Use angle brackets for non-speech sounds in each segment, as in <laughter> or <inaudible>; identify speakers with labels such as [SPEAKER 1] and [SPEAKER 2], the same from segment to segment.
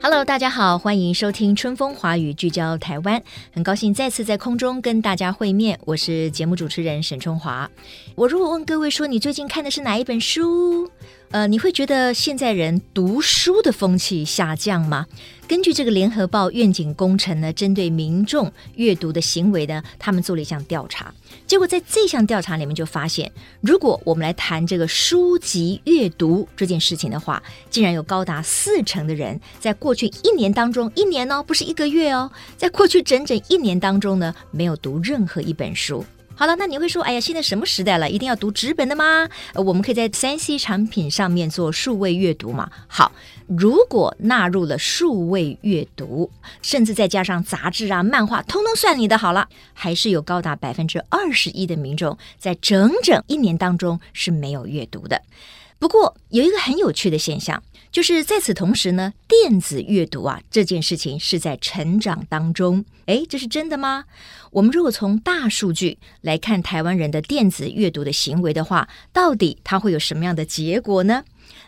[SPEAKER 1] Hello，大家好，欢迎收听《春风华语》，聚焦台湾。很高兴再次在空中跟大家会面，我是节目主持人沈春华。我如果问各位说你最近看的是哪一本书，呃，你会觉得现在人读书的风气下降吗？根据这个联合报愿景工程呢，针对民众阅读的行为呢，他们做了一项调查。结果在这项调查里面就发现，如果我们来谈这个书籍阅读这件事情的话，竟然有高达四成的人在过去一年当中，一年哦，不是一个月哦，在过去整整一年当中呢，没有读任何一本书。好了，那你会说，哎呀，现在什么时代了，一定要读纸本的吗？呃我们可以在三 C 产品上面做数位阅读嘛？好，如果纳入了数位阅读，甚至再加上杂志啊、漫画，通通算你的好了，还是有高达百分之二十一的民众在整整一年当中是没有阅读的。不过有一个很有趣的现象，就是在此同时呢，电子阅读啊这件事情是在成长当中。诶，这是真的吗？我们如果从大数据来看台湾人的电子阅读的行为的话，到底它会有什么样的结果呢？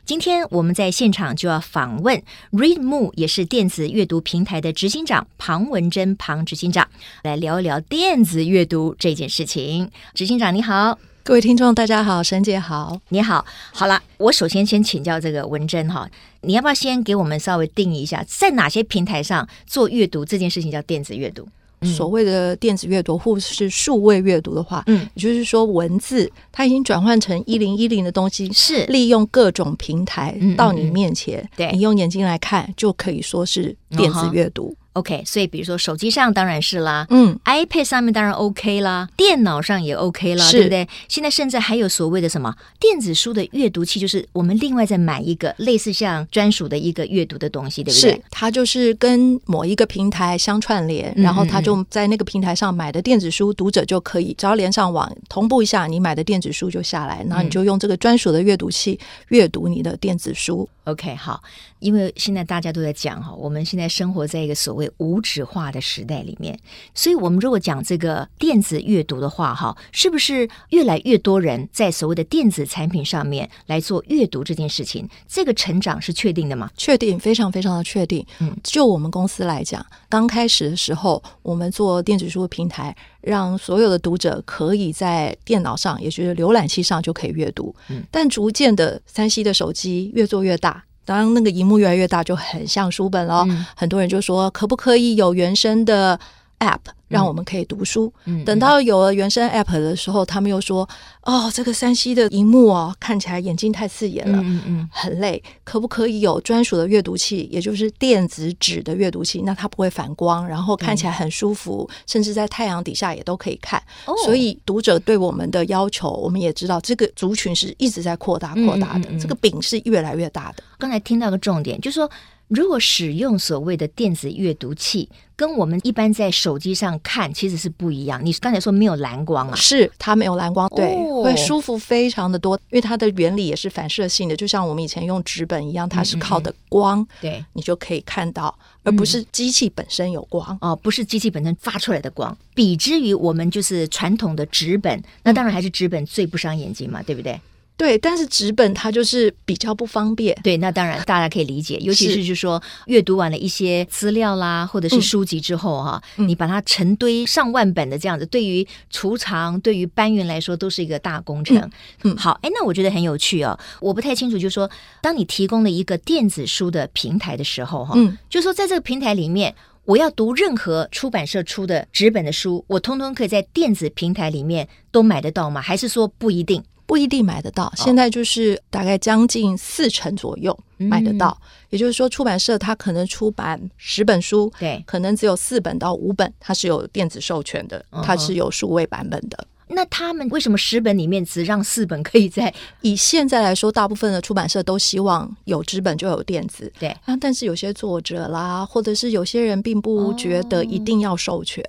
[SPEAKER 1] 今天我们在现场就要访问 Readmoo，也是电子阅读平台的执行长庞文珍庞执行长，来聊一聊电子阅读这件事情。执行长你好。
[SPEAKER 2] 各位听众，大家好，沈姐好。
[SPEAKER 1] 你好，好了，我首先先请教这个文珍哈，你要不要先给我们稍微定义一下，在哪些平台上做阅读这件事情叫电子阅读？
[SPEAKER 2] 所谓的电子阅读或是数位阅读的话，
[SPEAKER 1] 嗯，
[SPEAKER 2] 也就是说文字它已经转换成一零一零的东西，
[SPEAKER 1] 是
[SPEAKER 2] 利用各种平台
[SPEAKER 1] 嗯嗯
[SPEAKER 2] 到你面前，
[SPEAKER 1] 对
[SPEAKER 2] 你用眼睛来看，就可以说是电子阅读。
[SPEAKER 1] OK，所以比如说手机上当然是啦。
[SPEAKER 2] 嗯，
[SPEAKER 1] iPad 上面当然 OK 啦，电脑上也 OK 啦，
[SPEAKER 2] 是
[SPEAKER 1] 对不对？现在甚至还有所谓的什么电子书的阅读器，就是我们另外再买一个类似像专属的一个阅读的东西，对不对？
[SPEAKER 2] 是它就是跟某一个平台相串联，
[SPEAKER 1] 嗯
[SPEAKER 2] 然后它就在那个平台上买的电子书，读者就可以只要连上网同步一下，你买的电子书就下来，然后你就用这个专属的阅读器阅读你的电子书。
[SPEAKER 1] OK，好，因为现在大家都在讲哈，我们现在生活在一个所谓无纸化的时代里面，所以我们如果讲这个电子阅读的话，哈，是不是越来越多人在所谓的电子产品上面来做阅读这件事情？这个成长是确定的吗？
[SPEAKER 2] 确定，非常非常的确定。
[SPEAKER 1] 嗯
[SPEAKER 2] 就我们公司来讲，刚开始的时候，我们做电子书的平台，让所有的读者可以在电脑上，也就是浏览器上就可以阅读。
[SPEAKER 1] 嗯
[SPEAKER 2] 但逐渐的，三 C 的手机越做越大。当那个荧幕越来越大，就很像书本了。
[SPEAKER 1] 嗯
[SPEAKER 2] 很多人就说，可不可以有原生的 App，让我们可以读书？
[SPEAKER 1] 嗯
[SPEAKER 2] 等到有了原生 App 的时候，他们又说：“哦，这个三 C 的荧幕哦，看起来眼睛太刺眼了。
[SPEAKER 1] 嗯嗯
[SPEAKER 2] 很累，可不可以有专属的阅读器，也就是电子纸的阅读器？那它不会反光，然后看起来很舒服，甚至在太阳底下也都可以看。
[SPEAKER 1] 哦
[SPEAKER 2] 所以读者对我们的要求，我们也知道这个族群是一直在扩大扩大的，
[SPEAKER 1] 嗯嗯嗯嗯
[SPEAKER 2] 这个饼是越来越大的。
[SPEAKER 1] 刚才听到个重点，就是说，如果使用所谓的电子阅读器，跟我们一般在手机上看其实是不一样。你刚才说没有蓝光啊？
[SPEAKER 2] 是它没有蓝光，对，
[SPEAKER 1] 哦
[SPEAKER 2] 会舒服非常的多，因为它的原理也是反射性的，就像我们以前用纸本一
[SPEAKER 1] 嗯
[SPEAKER 2] 样，它是靠的光，
[SPEAKER 1] 对，
[SPEAKER 2] 你就可以看到，而
[SPEAKER 1] 嗯
[SPEAKER 2] 不是机器本身有光。
[SPEAKER 1] 哦，不是机器本身发出来的光，比之于我们就是传统的纸本，那当然还是纸本最不伤眼睛嘛，对不对？
[SPEAKER 2] 对，但是纸本它就是比较不方便，
[SPEAKER 1] 对，那当然大家可以理解，尤其是就是说阅读完了一些资料啦，或者是
[SPEAKER 2] 嗯
[SPEAKER 1] 书籍之后哈、
[SPEAKER 2] 嗯
[SPEAKER 1] 你把它成堆上万本的这样子，对于储藏、对于搬运来说都是一个大工程。
[SPEAKER 2] 嗯嗯
[SPEAKER 1] 好，哎，那我觉得很有趣哦。我不太清楚，就是说当你提供了一个电子书的平台的时候哈、
[SPEAKER 2] 嗯
[SPEAKER 1] 就是说在这个平台里面，我要读任何出版社出的纸本的书，我通通可以在电子平台里面都买得到吗？还是说不一定？
[SPEAKER 2] 不一定买得
[SPEAKER 1] 哦
[SPEAKER 2] 到。现在就是大概将近四成左右
[SPEAKER 1] 嗯
[SPEAKER 2] 买得到，也就是说，出版社它可能出版十本书，
[SPEAKER 1] 对，
[SPEAKER 2] 可能只有四本到五本，它是有电子授权的
[SPEAKER 1] 嗯哼，
[SPEAKER 2] 它是有数位版本的。
[SPEAKER 1] 那他们为什么十本里面只让四本可以在
[SPEAKER 2] 以现在来说，大部分的出版社都希望有纸本就有电子。
[SPEAKER 1] 对哦
[SPEAKER 2] 啊，但是有些作者啦，或者是有些人并不觉得一定要授权，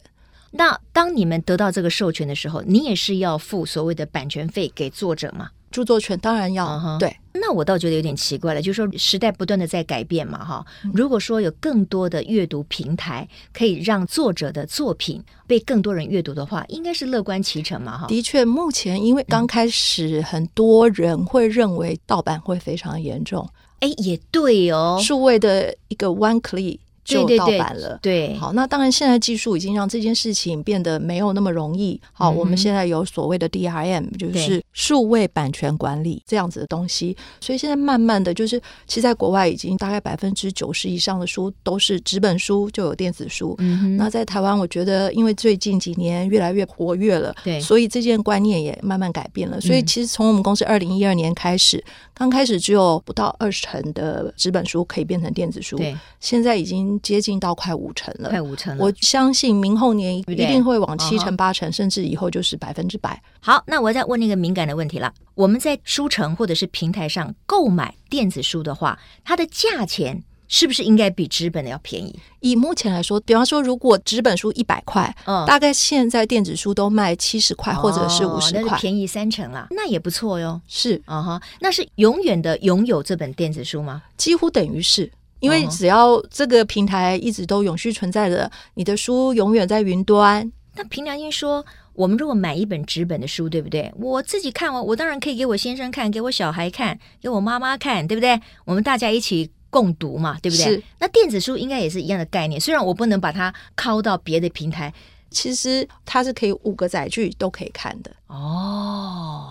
[SPEAKER 1] 那当你们得到这个授权的时候，你也是要付所谓的版权费给作者嘛？
[SPEAKER 2] 著作权当然要、
[SPEAKER 1] 嗯哼
[SPEAKER 2] 对，
[SPEAKER 1] 那我倒觉得有点奇怪了，就是说时代不断的在改变嘛，哈。如果说有更多的阅读平台可以让作者的作品被更多人阅读的话，应该是乐观其成嘛，哈。
[SPEAKER 2] 的确，目前因为刚开始，很多人会认为盗版会非常严重，
[SPEAKER 1] 哎，也对哦，
[SPEAKER 2] 数位的一个 one click 就
[SPEAKER 1] 对对
[SPEAKER 2] 盗
[SPEAKER 1] 对
[SPEAKER 2] 版了。
[SPEAKER 1] 对，
[SPEAKER 2] 好，那当然，现在技术已经让这件事情变得没有那么容易。好，
[SPEAKER 1] 嗯
[SPEAKER 2] 我
[SPEAKER 1] 哼
[SPEAKER 2] 们现在有所谓的 DRM，就
[SPEAKER 1] 对
[SPEAKER 2] 是数位版权管理这样子的东西。所以现在慢慢的就是，其实在国外已经大概百分之九十以上的书都是纸本书，就有电子书。
[SPEAKER 1] 嗯哼，
[SPEAKER 2] 那在台湾，我觉得因为最近几年越来越活跃了，
[SPEAKER 1] 对嗯
[SPEAKER 2] 所以这件观念也慢慢改变了。所以其实从我们公司二零一二年开始，刚开始只有不到二十成的纸本书可以变成电子书，
[SPEAKER 1] 对，
[SPEAKER 2] 现在已经接近到快五成了
[SPEAKER 1] 快。五成了。
[SPEAKER 2] 我相信明后年一
[SPEAKER 1] 对不嗯对
[SPEAKER 2] 定会往
[SPEAKER 1] 哈
[SPEAKER 2] 七成、八成，甚至以后就是百分之百。
[SPEAKER 1] 好，那我再问一个敏感的问题了。我们在书城或者是平台上购买电子书的话，它的价钱是不是应该比纸本的要便宜？
[SPEAKER 2] 以目前来说，比方说，如果纸本书一百块，
[SPEAKER 1] 嗯
[SPEAKER 2] 大概现在电子书都卖七十块或者是五十
[SPEAKER 1] 哦那
[SPEAKER 2] 块
[SPEAKER 1] 就，便宜三成啦，那也不错哟。
[SPEAKER 2] 是
[SPEAKER 1] 啊哈，那是永远的拥有这本电子书吗？
[SPEAKER 2] 几乎等于是。因为
[SPEAKER 1] 嗯哼
[SPEAKER 2] 只要这个平台一直都永续存在的，你的书永远在云端，
[SPEAKER 1] 那凭良心说，我们如果买一本纸本的书，对不对？我自己看完，我当然可以给我先生看，给我小孩看，给我妈妈看，对不对？我们大家一起共读嘛，对不对
[SPEAKER 2] 是？
[SPEAKER 1] 那电子书应该也是一样的概念，虽然我不能把它拷到别的平台。
[SPEAKER 2] 其实它是可以五个载具都可以看的。
[SPEAKER 1] 哦，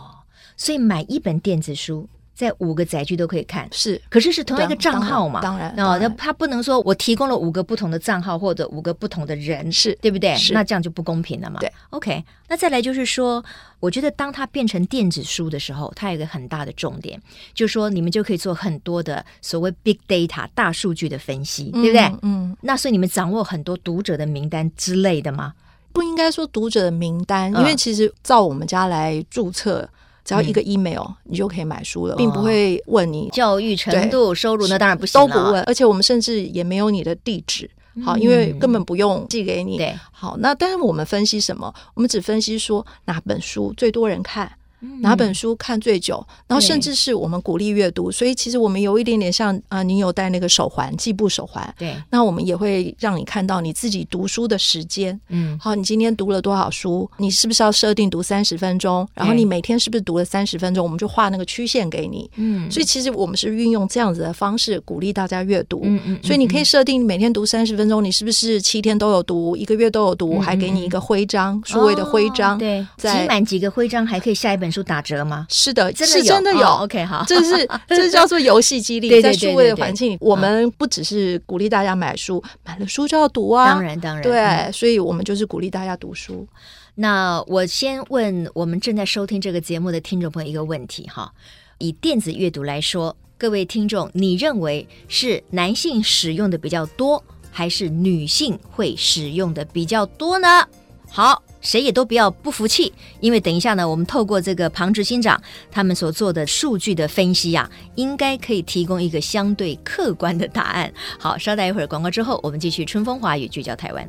[SPEAKER 1] 所以买一本电子书，在五个载具都可以看。
[SPEAKER 2] 是，
[SPEAKER 1] 可是是同一个
[SPEAKER 2] 啊当
[SPEAKER 1] 账号嘛？
[SPEAKER 2] 当然当然
[SPEAKER 1] 那
[SPEAKER 2] 当然
[SPEAKER 1] 他不能说我提供了五个不同的账号或者五个不同的人，
[SPEAKER 2] 是
[SPEAKER 1] 对不对？
[SPEAKER 2] 是
[SPEAKER 1] 那这样就不公平了嘛？
[SPEAKER 2] 对
[SPEAKER 1] ，OK。那再来就是说，我觉得当它变成电子书的时候，它有一个很大的重点，就是说你们就可以做很多的所谓 big data 大数据的分析，对不对？
[SPEAKER 2] 嗯嗯，
[SPEAKER 1] 那所以你们掌握很多读者的名单之类的吗？
[SPEAKER 2] 不应该说读者的名单，
[SPEAKER 1] 嗯
[SPEAKER 2] 因为其实照我们家来注册，只要一个 email、你就可以买书嗯了，并哦不会问你
[SPEAKER 1] 教育程度、收入那当然不行
[SPEAKER 2] 都
[SPEAKER 1] 了，啊
[SPEAKER 2] 不问，而且我们甚至也没有你的地址。好，因为根本不用寄给你。
[SPEAKER 1] 对，
[SPEAKER 2] 好，那但是我们分析什么？我们只分析说哪本书最多人看，哪本书看最久，然后
[SPEAKER 1] 对
[SPEAKER 2] 甚至是我们鼓励阅读。所以其实我们有一点点像啊、你有戴那个手环，计步手环，
[SPEAKER 1] 对，
[SPEAKER 2] 那我们也会让你看到你自己读书的时间。
[SPEAKER 1] 嗯，
[SPEAKER 2] 好，你今天读了多少书？你是不是要设定读三十分钟？然后
[SPEAKER 1] 对
[SPEAKER 2] 你每天是不是读了三十分钟？我们就画那个曲线给你。
[SPEAKER 1] 嗯
[SPEAKER 2] 所以其实我们是运用这样子的方式鼓励大家阅读。
[SPEAKER 1] 嗯嗯嗯
[SPEAKER 2] 所以你可以设定每天读三十分钟，你是不是七天都有读，一个月都有读，还给你一个徽章，数位的徽章。
[SPEAKER 1] 哦对，集
[SPEAKER 2] 在
[SPEAKER 1] 满几个徽章还可以下一本书打折吗？
[SPEAKER 2] 是的，
[SPEAKER 1] 真的
[SPEAKER 2] 是真的有。
[SPEAKER 1] 哦 OK，好，<laughs>
[SPEAKER 2] 这是这叫做游戏激
[SPEAKER 1] 对
[SPEAKER 2] 励，
[SPEAKER 1] 对
[SPEAKER 2] 在
[SPEAKER 1] 对
[SPEAKER 2] 数位的
[SPEAKER 1] 对对嗯
[SPEAKER 2] 环境里，我们不只是鼓励大家买书，买了书就要读啊。
[SPEAKER 1] <laughs> 当然当然嗯
[SPEAKER 2] 对，所以我们就是鼓励大家读书。
[SPEAKER 1] 那我先问我们正在收听这个节目的听众朋友一个问题哈，以电子阅读来说，各位听众，你认为是男性使用的比较多，还是女性会使用的比较多呢？好。谁也都不要不服气，因为等一下呢，我们透过这个庞执行长他们所做的数据的分析啊，应该可以提供一个相对客观的答案。好，稍待一会儿广告之后，我们继续春风华语聚焦台湾。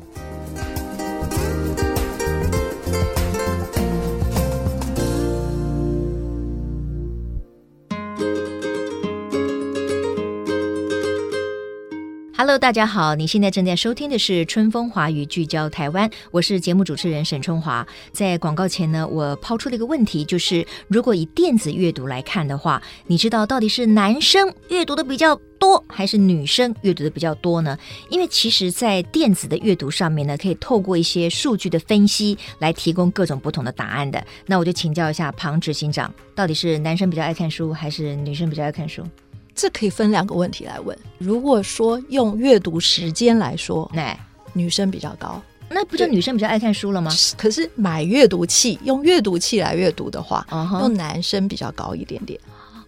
[SPEAKER 1] Hello，大家好，你现在正在收听的是《春风华语聚焦台湾》，我是节目主持人沈春华。在广告前呢，我抛出了一个问题，就是如果以电子阅读来看的话，你知道到底是男生阅读的比较多，还是女生阅读的比较多呢？因为其实，在电子的阅读上面呢，可以透过一些数据的分析来提供各种不同的答案的。那我就请教一下庞执行长，到底是男生比较爱看书，还是女生比较爱看书？
[SPEAKER 2] 这可以分两个问题来问。如果说用阅读时间来说，
[SPEAKER 1] 那
[SPEAKER 2] 女生比较高，
[SPEAKER 1] 哎那不就
[SPEAKER 2] 对
[SPEAKER 1] 女生比较爱看书了吗？
[SPEAKER 2] 可是买阅读器用阅读器来阅读的话，
[SPEAKER 1] 嗯哼
[SPEAKER 2] 用男生比较高一点点。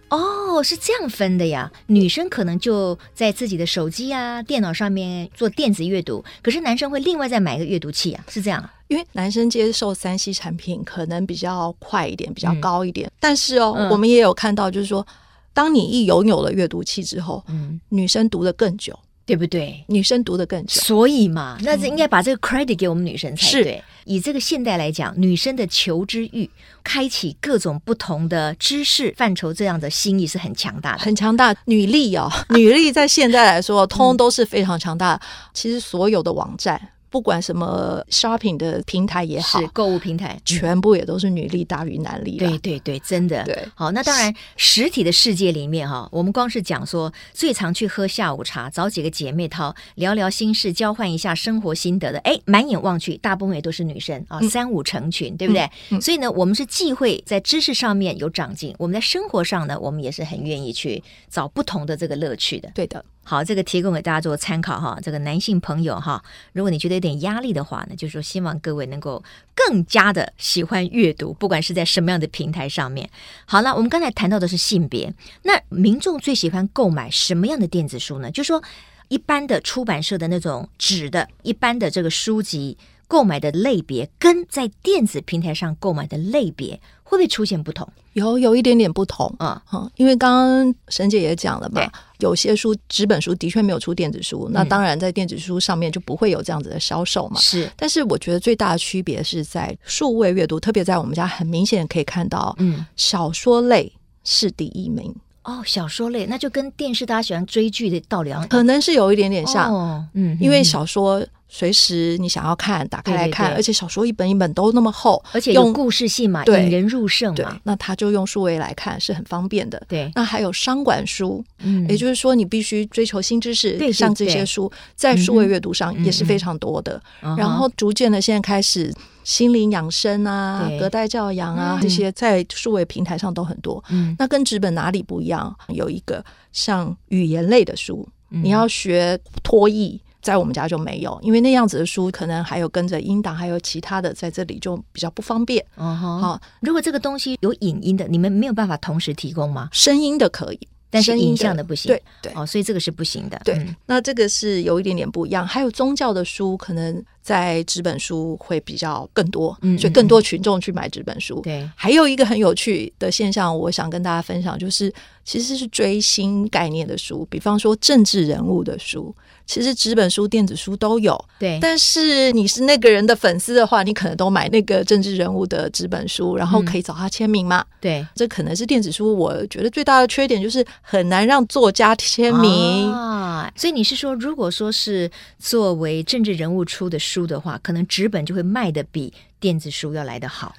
[SPEAKER 1] 哦，是这样分的呀。女生可能就在自己的手机啊、电脑上面做电子阅读，可是男生会另外再买一个阅读器啊，是这样啊。
[SPEAKER 2] 因为男生接受三 C 产品可能比较快一点，比较高一点。但是哦，
[SPEAKER 1] 嗯
[SPEAKER 2] 我们也有看到，就是说，当你一拥有了阅读器之后，
[SPEAKER 1] 嗯，
[SPEAKER 2] 女生读的更久。
[SPEAKER 1] 对不对？嗯
[SPEAKER 2] 女生读的更久。
[SPEAKER 1] 所以嘛，那这应该把这个 credit 给我们女生才
[SPEAKER 2] 是
[SPEAKER 1] 对。以这个现代来讲，女生的求知欲、开启各种不同的知识范畴，这样的心意是很强大的。
[SPEAKER 2] 很强大，女力哦， <laughs> 女力在现在来说，通通都是非常强大的。其实所有的网站，不管什么 shopping 的平台也好
[SPEAKER 1] 是，嗯购物平台，啊
[SPEAKER 2] 全部也都是女力大于男力啦
[SPEAKER 1] 对对对，真的。
[SPEAKER 2] 对
[SPEAKER 1] 好，那当然，实体的世界里面哈，我们光是讲说最常去喝下午茶，找几个姐妹淘聊聊心事，交换一下生活心得的，哎，满眼望去，大部分也都是女生啊，三五成群，对不对？所以呢，我们是既会在知识上面有长进，我们在生活上呢，我们也是很愿意去找不同的这个乐趣的。
[SPEAKER 2] 对的，
[SPEAKER 1] 好，这个提供给大家做参考哈。这个男性朋友哈，如果你觉得有点压力的话呢，就是说希望各位能够更加的喜欢阅读，不管是在什么样的平台上面。好了，我们刚才谈到的是性别，那民众最喜欢购买什么样的电子书呢？就说一般的出版社的那种纸的，一般的这个书籍购买的类别，跟在电子平台上购买的类别会不会出现不同？
[SPEAKER 2] 有有一点点不同。
[SPEAKER 1] 嗯，
[SPEAKER 2] 嗯，因为刚刚沈姐也讲了嘛
[SPEAKER 1] 对，嗯
[SPEAKER 2] 有些书纸本书的确没有出电子书，那当然在电子书上面就不会有这样子的销售嘛。
[SPEAKER 1] 是，
[SPEAKER 2] 但是我觉得最大的区别是在数位阅读，特别在我们家很明显可以看到，
[SPEAKER 1] 嗯，
[SPEAKER 2] 小说类是第一名，
[SPEAKER 1] 哦，小说类，那就跟电视大家喜欢追剧的道理好像
[SPEAKER 2] 可能是有一点点像，
[SPEAKER 1] 嗯哦、嗯，嗯
[SPEAKER 2] 因为
[SPEAKER 1] 嗯
[SPEAKER 2] 小说随时你想要看，打开来看，
[SPEAKER 1] 对对对嗯
[SPEAKER 2] 而且小说一本一本都那么厚，
[SPEAKER 1] 而且有
[SPEAKER 2] 用
[SPEAKER 1] 故事性嘛，
[SPEAKER 2] 对
[SPEAKER 1] 引人入胜
[SPEAKER 2] 对
[SPEAKER 1] 嘛，，
[SPEAKER 2] 那他就用数位来看是很方便的。
[SPEAKER 1] 对，哎
[SPEAKER 2] 那还有商管书，
[SPEAKER 1] 嗯
[SPEAKER 2] 也就是说你必须追求新知识，
[SPEAKER 1] 对对
[SPEAKER 2] 像这
[SPEAKER 1] 对
[SPEAKER 2] 些书在数位阅读上
[SPEAKER 1] 嗯
[SPEAKER 2] 也是非常多的。
[SPEAKER 1] 嗯
[SPEAKER 2] 然后逐渐的，现在开始心灵养生啊
[SPEAKER 1] 对、
[SPEAKER 2] 隔代教养啊、
[SPEAKER 1] 嗯
[SPEAKER 2] 这些，在数位平台上都很多。
[SPEAKER 1] 嗯
[SPEAKER 2] 那跟纸本哪里不一样？有一个像语言类的书，
[SPEAKER 1] 嗯
[SPEAKER 2] 你要学脱译。在我们家就没有，因为那样子的书可能还有跟着音档，还有其他的，在这里就比较不方便。
[SPEAKER 1] 哦吼
[SPEAKER 2] 好
[SPEAKER 1] 如果这个东西有影音的，你们没有办法同时提供吗？
[SPEAKER 2] 声音的可以，
[SPEAKER 1] 但是
[SPEAKER 2] 声音
[SPEAKER 1] 影像的不行
[SPEAKER 2] 对对
[SPEAKER 1] 哦，所以这个是不行的。
[SPEAKER 2] 对、
[SPEAKER 1] 嗯
[SPEAKER 2] 那这个是有一点点不一样。还有宗教的书，可能在纸本书会比较更多，
[SPEAKER 1] 嗯
[SPEAKER 2] 所以
[SPEAKER 1] 嗯
[SPEAKER 2] 更多群众去买纸本书。
[SPEAKER 1] 对，
[SPEAKER 2] 还有一个很有趣的现象，我想跟大家分享，就是其实是追星概念的书，比方说政治人物的书，其实纸本书、电子书都有。
[SPEAKER 1] 对，
[SPEAKER 2] 但是你是那个人的粉丝的话，你可能都买那个政治人物的纸本书，
[SPEAKER 1] 嗯
[SPEAKER 2] 然后可以找他签名嘛。
[SPEAKER 1] 对，
[SPEAKER 2] 这可能是电子书，我觉得最大的缺点就是很难让作家签名。
[SPEAKER 1] 啊。所以你是说，如果说是作为政治人物出的书的话，可能纸本就会卖的比电子书要来的好，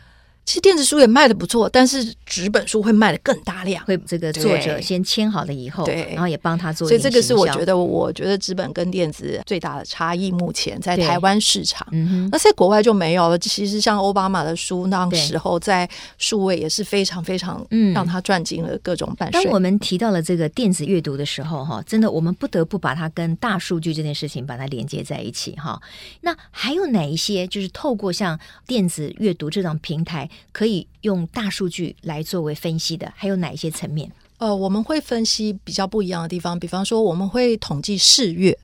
[SPEAKER 2] 其实电子书也卖的不错，但是纸本书会卖的更大量。
[SPEAKER 1] 会这个作者
[SPEAKER 2] 对
[SPEAKER 1] 先签好了以后，
[SPEAKER 2] 对
[SPEAKER 1] 然后也帮他做
[SPEAKER 2] 所
[SPEAKER 1] 一
[SPEAKER 2] 以
[SPEAKER 1] 点
[SPEAKER 2] 这
[SPEAKER 1] 行销。
[SPEAKER 2] 个是我觉得，我觉得纸本跟电子最大的差异，目前在
[SPEAKER 1] 对
[SPEAKER 2] 台湾市场。
[SPEAKER 1] 嗯哼，
[SPEAKER 2] 那在国外就没有了。其实像奥巴马的书，那
[SPEAKER 1] 对
[SPEAKER 2] 时候在数位也是非常非常
[SPEAKER 1] 嗯
[SPEAKER 2] 让他赚进了各种版税。
[SPEAKER 1] 当我们提到了这个电子阅读的时候，哈，真的我们不得不把它跟大数据这件事情把它连接在一起，哈。那还有哪一些就是透过像电子阅读这种平台，可以用大数据来作为分析的？还有哪一些层面？
[SPEAKER 2] 呃，我们会分析比较不一样的地方，比方说我们会统计试阅，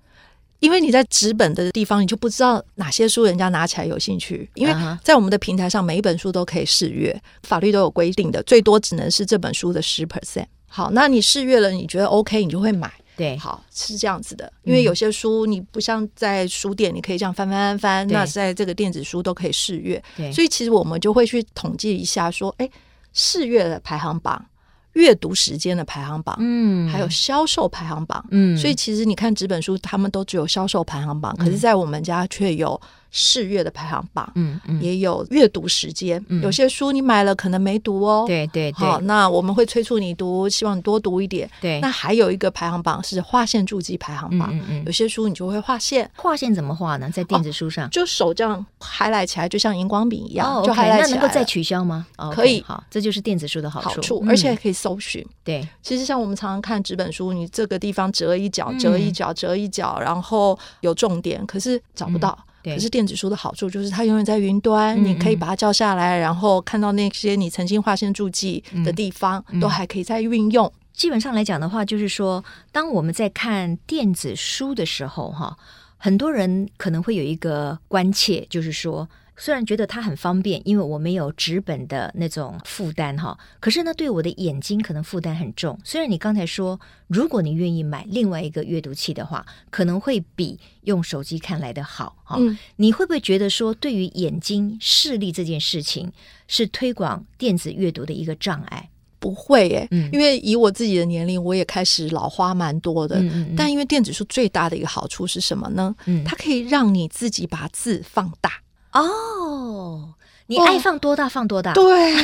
[SPEAKER 2] 因为你在纸本的地方，你就不知道哪些书人家拿起来有兴趣，因为
[SPEAKER 1] 啊哈
[SPEAKER 2] 在我们的平台上，每一本书都可以试阅，法律都有规定的，最多只能是这本书的十 percent。好，那你试阅了，你觉得 OK，你就会买。
[SPEAKER 1] 对，
[SPEAKER 2] 好，是这样子的，
[SPEAKER 1] 嗯
[SPEAKER 2] 因为有些书你不像在书店，你可以这样翻翻翻翻，
[SPEAKER 1] 对
[SPEAKER 2] 那在这个电子书都可以试阅
[SPEAKER 1] 对，
[SPEAKER 2] 所以其实我们就会去统计一下，说，哎，试阅的排行榜、阅读时间的排行榜，
[SPEAKER 1] 嗯
[SPEAKER 2] 还有销售排行榜。
[SPEAKER 1] 嗯，
[SPEAKER 2] 所以其实你看纸本书，他们都只有销售排行榜，可是在我们家却有试阅的排行榜，
[SPEAKER 1] 嗯嗯，
[SPEAKER 2] 也有阅读时间。
[SPEAKER 1] 嗯
[SPEAKER 2] 有些书你买了可能没读哦，，
[SPEAKER 1] 对对对
[SPEAKER 2] 好，那我们会催促你读，希望你多读一点。
[SPEAKER 1] 对，
[SPEAKER 2] 那还有一个排行榜是划线注记排行
[SPEAKER 1] 嗯
[SPEAKER 2] 榜，
[SPEAKER 1] 嗯嗯
[SPEAKER 2] 有，些书你就会划线，
[SPEAKER 1] 划线怎么画呢？在电子书上。
[SPEAKER 2] 就手这样 highlight 起来，就像荧光笔一样，
[SPEAKER 1] 哦
[SPEAKER 2] 就
[SPEAKER 1] OK，
[SPEAKER 2] highlight
[SPEAKER 1] 那
[SPEAKER 2] 起来
[SPEAKER 1] 能
[SPEAKER 2] 了。
[SPEAKER 1] 够再取消吗？哦，OK，
[SPEAKER 2] 可以
[SPEAKER 1] 好，这就是电子书的好
[SPEAKER 2] 好
[SPEAKER 1] 处，
[SPEAKER 2] 处，
[SPEAKER 1] 嗯
[SPEAKER 2] 而且还可以搜寻。
[SPEAKER 1] 对，
[SPEAKER 2] 其实像我们常常看纸本书，你这个地方折一角，折
[SPEAKER 1] 嗯
[SPEAKER 2] 一角，折一角，然后有重点，可是找不到。
[SPEAKER 1] 嗯对
[SPEAKER 2] 可是电子书的好处就是它永远在云端，
[SPEAKER 1] 嗯
[SPEAKER 2] 你可以把它叫下来，然后看到那些你曾经划线注记
[SPEAKER 1] 嗯
[SPEAKER 2] 的地方，都还可以再运用。
[SPEAKER 1] 基本上来讲的话，就是说，当我们在看电子书的时候，哈，很多人可能会有一个关切，就是说，虽然觉得它很方便，因为我没有纸本的那种负担哈，可是呢，对我的眼睛可能负担很重。虽然你刚才说，如果你愿意买另外一个阅读器的话，可能会比用手机看来的好哈。
[SPEAKER 2] 嗯
[SPEAKER 1] 你会不会觉得说，对于眼睛视力这件事情，是推广电子阅读的一个障碍？
[SPEAKER 2] 不会耶、
[SPEAKER 1] 嗯
[SPEAKER 2] 因为以我自己的年龄，我也开始老花蛮多的。
[SPEAKER 1] 嗯嗯嗯
[SPEAKER 2] 但因为电子书最大的一个好处是什么呢？
[SPEAKER 1] 嗯
[SPEAKER 2] 它可以让你自己把字放大。
[SPEAKER 1] 哦，你
[SPEAKER 2] 哦
[SPEAKER 1] 爱放多大放多大，
[SPEAKER 2] 对，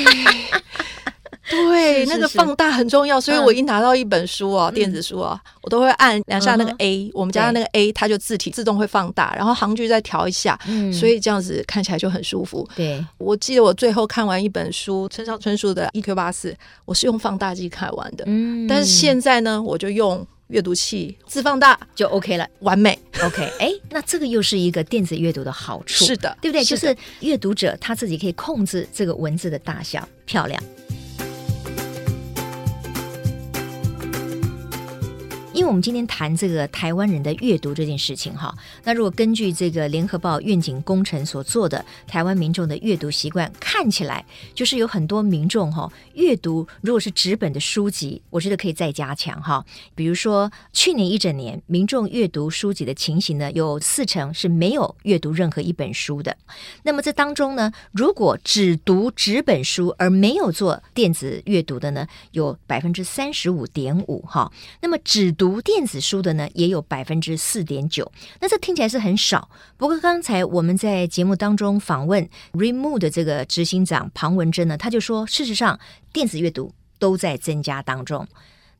[SPEAKER 1] 是
[SPEAKER 2] 对，
[SPEAKER 1] 是
[SPEAKER 2] 那个
[SPEAKER 1] 是
[SPEAKER 2] 放大很重要。所以
[SPEAKER 1] 嗯
[SPEAKER 2] 我一拿到一本书哦，电子书哦，我都会按两下那个
[SPEAKER 1] 嗯哼
[SPEAKER 2] A，、我们家的那
[SPEAKER 1] 对
[SPEAKER 2] 个 A，它就字体自动会放大，然后行距再调一下，
[SPEAKER 1] 嗯
[SPEAKER 2] 所以这样子看起来就很舒服。
[SPEAKER 1] 对，
[SPEAKER 2] 我记得我最后看完一本书，村上春树的《一 Q 八四》，我是用放大镜看完的。
[SPEAKER 1] 嗯
[SPEAKER 2] 但是现在呢，我就用阅读器自放大，
[SPEAKER 1] 就 OK 了。
[SPEAKER 2] 完美。
[SPEAKER 1] OK，哎，那这个又是一个电子阅读的好处，
[SPEAKER 2] 是的
[SPEAKER 1] 对不对？
[SPEAKER 2] 是
[SPEAKER 1] 就
[SPEAKER 2] 的
[SPEAKER 1] 是阅读者他自己可以控制这个文字的大小，漂亮。因为我们今天谈这个台湾人的阅读这件事情哈，那如果根据这个联合报愿景工程所做的台湾民众的阅读习惯，看起来就是有很多民众哈、阅读如果是纸本的书籍，我觉得可以再加强哈、比如说，去年一整年，民众阅读书籍的情形呢，有四成是没有阅读任何一本书的。那么这当中呢，如果只读纸本书而没有做电子阅读的呢，有百分之三十五点五哈。那么只读电子书的呢，也有百分之四点九。那这听起来是很少。不过刚才我们在节目当中访问 Remove 的这个执行长庞文珍呢，他就说，事实上电子阅读都在增加当中。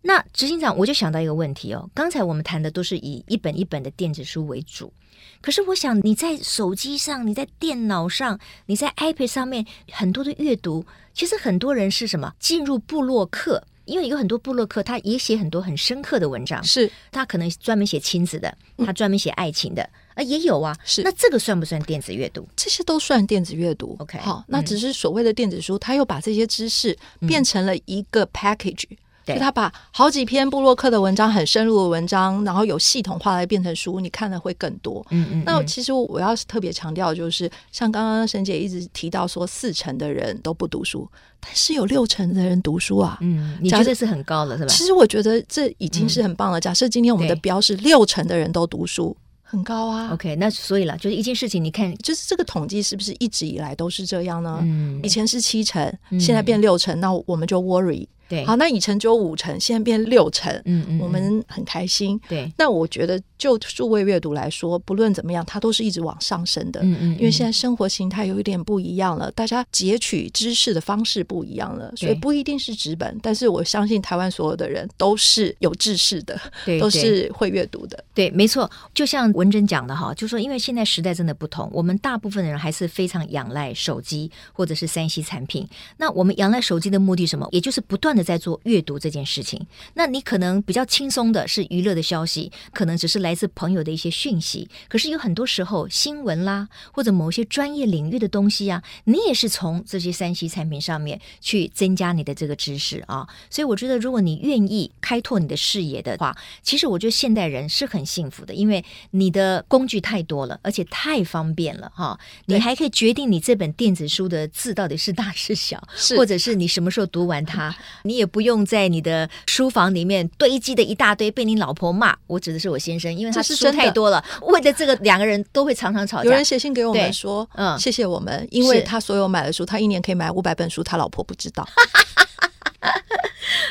[SPEAKER 1] 那执行长，我就想到一个问题哦，刚才我们谈的都是以一本一本的电子书为主，可是我想你在手机上、你在电脑上、你在 iPad 上面很多的阅读，其实很多人是什么进入部落客，因为有很多部落客他也写很多很深刻的文章，
[SPEAKER 2] 是
[SPEAKER 1] 他可能专门写亲子的，他专门写爱情的，啊也有啊，
[SPEAKER 2] 嗯是
[SPEAKER 1] 那这个算不算电子阅读？
[SPEAKER 2] 这些都算电子阅读。
[SPEAKER 1] OK，
[SPEAKER 2] 好，那
[SPEAKER 1] 嗯
[SPEAKER 2] 只是所谓的电子书，它又把这些知识变成了一个 package。
[SPEAKER 1] 对
[SPEAKER 2] 就它把好几篇布洛克的文章、很深入的文章，然后有系统化来变成书，你看的会更多。
[SPEAKER 1] 嗯嗯
[SPEAKER 2] 那其实我要特别强调，的就是像刚刚沈姐一直提到说，四成的人都不读书，但是有六成的人读书啊。
[SPEAKER 1] 嗯，你觉得是很高了是吧？
[SPEAKER 2] 其实我觉得这已经是很棒了。假设今天我们的
[SPEAKER 1] 对
[SPEAKER 2] 标是六成的人都读书，很高啊。
[SPEAKER 1] OK，那所以啦，就是一件事情，你看，
[SPEAKER 2] 就是这个统计是不是一直以来都是这样呢？
[SPEAKER 1] 嗯，
[SPEAKER 2] 以前是七成，
[SPEAKER 1] 嗯
[SPEAKER 2] 现在变六成，那我们就 worry。
[SPEAKER 1] 对，
[SPEAKER 2] 好，那以前只有五成，现在变六成，
[SPEAKER 1] 嗯，嗯嗯，
[SPEAKER 2] 我们很开心。
[SPEAKER 1] 对，
[SPEAKER 2] 那我觉得就数位阅读来说，不论怎么样，它都是一直往上升的。
[SPEAKER 1] 嗯嗯，
[SPEAKER 2] 呃因为现
[SPEAKER 1] 在
[SPEAKER 2] 在生活形态有一点不一样了，大家截取知识的方式不一样了，所
[SPEAKER 1] 对
[SPEAKER 2] 以不一定是纸本，但是我相信台湾所有的人都是有知识的，
[SPEAKER 1] 对
[SPEAKER 2] 都
[SPEAKER 1] 嗯对
[SPEAKER 2] 是会阅读的。
[SPEAKER 1] 对，没错，就像文珍讲的哈，就说因为现在时代真的不同，我们大部分人还是非常仰赖手机或者是三 C 产品。那我们仰赖手机的目的是什么？也就是不断的在做阅读这件事情。那你可能比较轻松的是娱乐的消息，可能只是来自朋友的一些讯息。可是有很多时候，新闻啦，或者某些专业领域的东西啊，你也是从这些三 C 产品上面去增加你的这个知识啊。所以我觉得，如果你愿意开拓你的视野的话，其实我觉得现代人是很幸福的，因为你的工具太多了，而且太方便了哈。你
[SPEAKER 2] 对
[SPEAKER 1] 还可以决定你这本电子书的字到底是大是小，
[SPEAKER 2] 是嗯
[SPEAKER 1] 或者是你什么时候读完它， <laughs> 你也不用在你的书房里面堆积的一大堆被你老婆骂。我指的是我先生，因为他
[SPEAKER 2] 这是
[SPEAKER 1] 书
[SPEAKER 2] 真的
[SPEAKER 1] 太多了，为了这个两个人都会常常吵
[SPEAKER 2] 有
[SPEAKER 1] 架
[SPEAKER 2] 人。写信给我
[SPEAKER 1] 对
[SPEAKER 2] 们说，
[SPEAKER 1] 嗯
[SPEAKER 2] 谢谢我们，因为
[SPEAKER 1] 是
[SPEAKER 2] 他所有买的书，他一年可以买五百本书，他老婆不知道。
[SPEAKER 1] <laughs>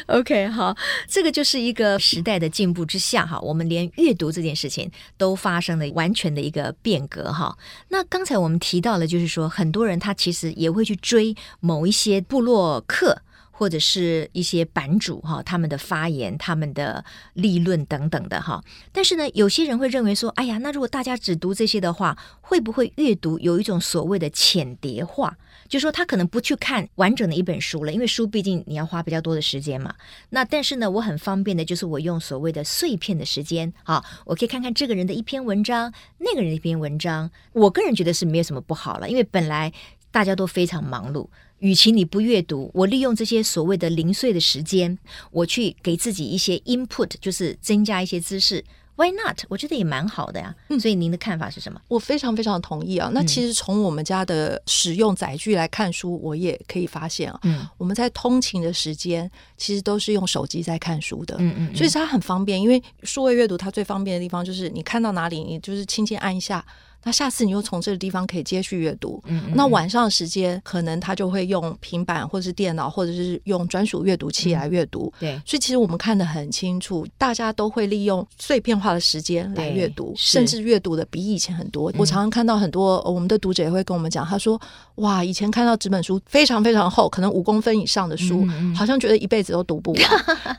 [SPEAKER 1] OK，好，这个就是一个时代的进步之下哈，我们连阅读这件事情都发生了完全的一个变革哈。那刚才我们提到了，就是说很多人他其实也会去追某一些部落客。或者是一些版主哈，他们的发言、他们的立论等等的哈。但是呢，有些人会认为说，哎呀，那如果大家只读这些的话，会不会阅读有一种所谓的浅叠化？就说他可能不去看完整的一本书了，因为书毕竟你要花比较多的时间嘛。那但是呢，我很方便的就是我用所谓的碎片的时间啊，我可以看看这个人的一篇文章，那个人的一篇文章。我个人觉得是没有什么不好了，因为本来大家都非常忙碌。与其你不阅读，我利用这些所谓的零碎的时间，我去给自己一些 input，就是增加一些知识， Why not？我觉得也蛮好的呀、
[SPEAKER 2] 嗯
[SPEAKER 1] 所以您的看法是什么？
[SPEAKER 2] 我非常非常同意啊。
[SPEAKER 1] 嗯
[SPEAKER 2] 那其实从我们家的使用载具来看书，我也可以发现啊，
[SPEAKER 1] 嗯
[SPEAKER 2] 我们在通勤的时间其实都是用手机在看书的，
[SPEAKER 1] 嗯嗯
[SPEAKER 2] 所以它很方便。因为数位阅读它最方便的地方就是你看到哪里，你就是轻轻按一下。那下次你又从这个地方可以接续阅读，
[SPEAKER 1] 嗯
[SPEAKER 2] 那晚上的时间可能他就会用平板或者是电脑，或者是用专属阅读
[SPEAKER 1] 嗯
[SPEAKER 2] 器来阅读。
[SPEAKER 1] 对，
[SPEAKER 2] 所以其实我们看得很清楚，大家都会利用碎片化的时间来
[SPEAKER 1] 对
[SPEAKER 2] 阅读，
[SPEAKER 1] 是嗯
[SPEAKER 2] 甚至阅读的比以前很多。我常常看到很多、呃我们的读者也会跟我们讲，他说：“哇，以前看到纸本书非常非常厚，可能五公分以上的书，
[SPEAKER 1] 嗯
[SPEAKER 2] 好像觉得一辈子都
[SPEAKER 1] <laughs>
[SPEAKER 2] 读不完。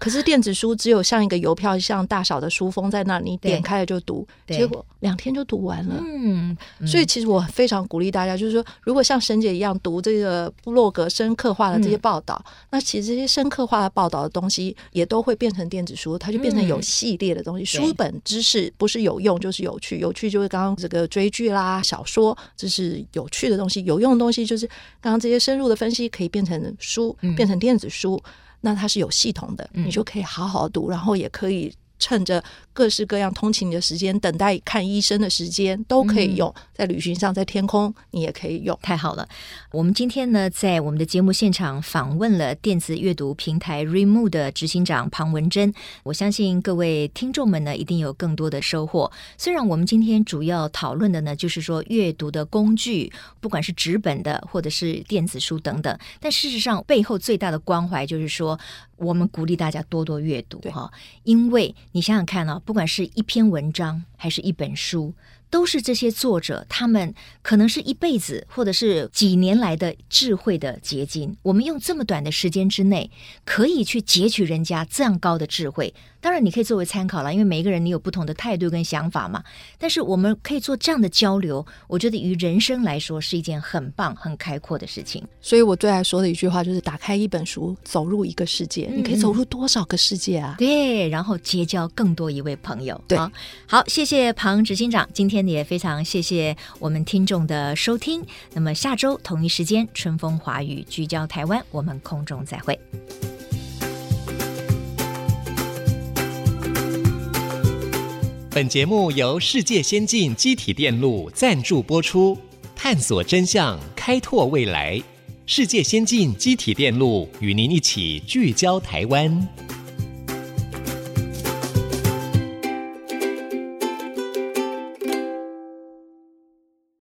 [SPEAKER 2] 可是电子书只有像一个邮票一样大小的书封在那里，你
[SPEAKER 1] 对
[SPEAKER 2] 点开了就读，
[SPEAKER 1] 对
[SPEAKER 2] 结果两天就读完了。
[SPEAKER 1] 嗯，
[SPEAKER 2] 所以其实我非常鼓励大家，就是说，如果像沈姐一样读这个部落格深刻化的这些报道，那其实这些深刻化的报道的东西也都会变成电子书，它就变成有系列的东西。书本知识不是有用就是有趣，有趣就是刚刚这个追剧啦、小说，这是有趣的东西；有用的东西就是刚刚这些深入的分析可以变成书，变成电子书。那它是有系统的，你就可以好好读，然后也可以趁着各式各样通勤的时间、等待看医生的时间都可以用，在旅行上，在天空你也可以用。
[SPEAKER 1] 太好了！我们今天呢，在我们的节目现场访问了电子阅读平台 Remoo 的执行长庞文珍。我相信各位听众们呢，一定有更多的收获。虽然我们今天主要讨论的呢，就是说阅读的工具，不管是纸本的或者是电子书等等，但事实上背后最大的关怀就是说，我们鼓励大家多多阅读
[SPEAKER 2] 对
[SPEAKER 1] 哈，因为你想想看啊，不管是一篇文章还是一本书，都是这些作者，他们可能是一辈子或者是几年来的智慧的结晶。我们用这么短的时间之内，可以去截取人家这样高的智慧。当然，你可以作为参考了，因为每一个人你有不同的态度跟想法嘛。但是我们可以做这样的交流，我觉得于人生来说是一件很棒、很开阔的事情。
[SPEAKER 2] 所以我最爱说的一句话就是：打开一本书，走入一个世界，你可以走入多少个世界啊？
[SPEAKER 1] 对，然后结交更多一位朋友。
[SPEAKER 2] 对
[SPEAKER 1] 好，好，谢谢庞执行长，今天也非常谢谢我们听众的收听。那么下周同一时间，春风华语聚焦台湾，我们空中再会。
[SPEAKER 3] 本节目由世界先进机体电路赞助播出，探索真相，开拓未来。世界先进机体电路与您一起聚焦台湾。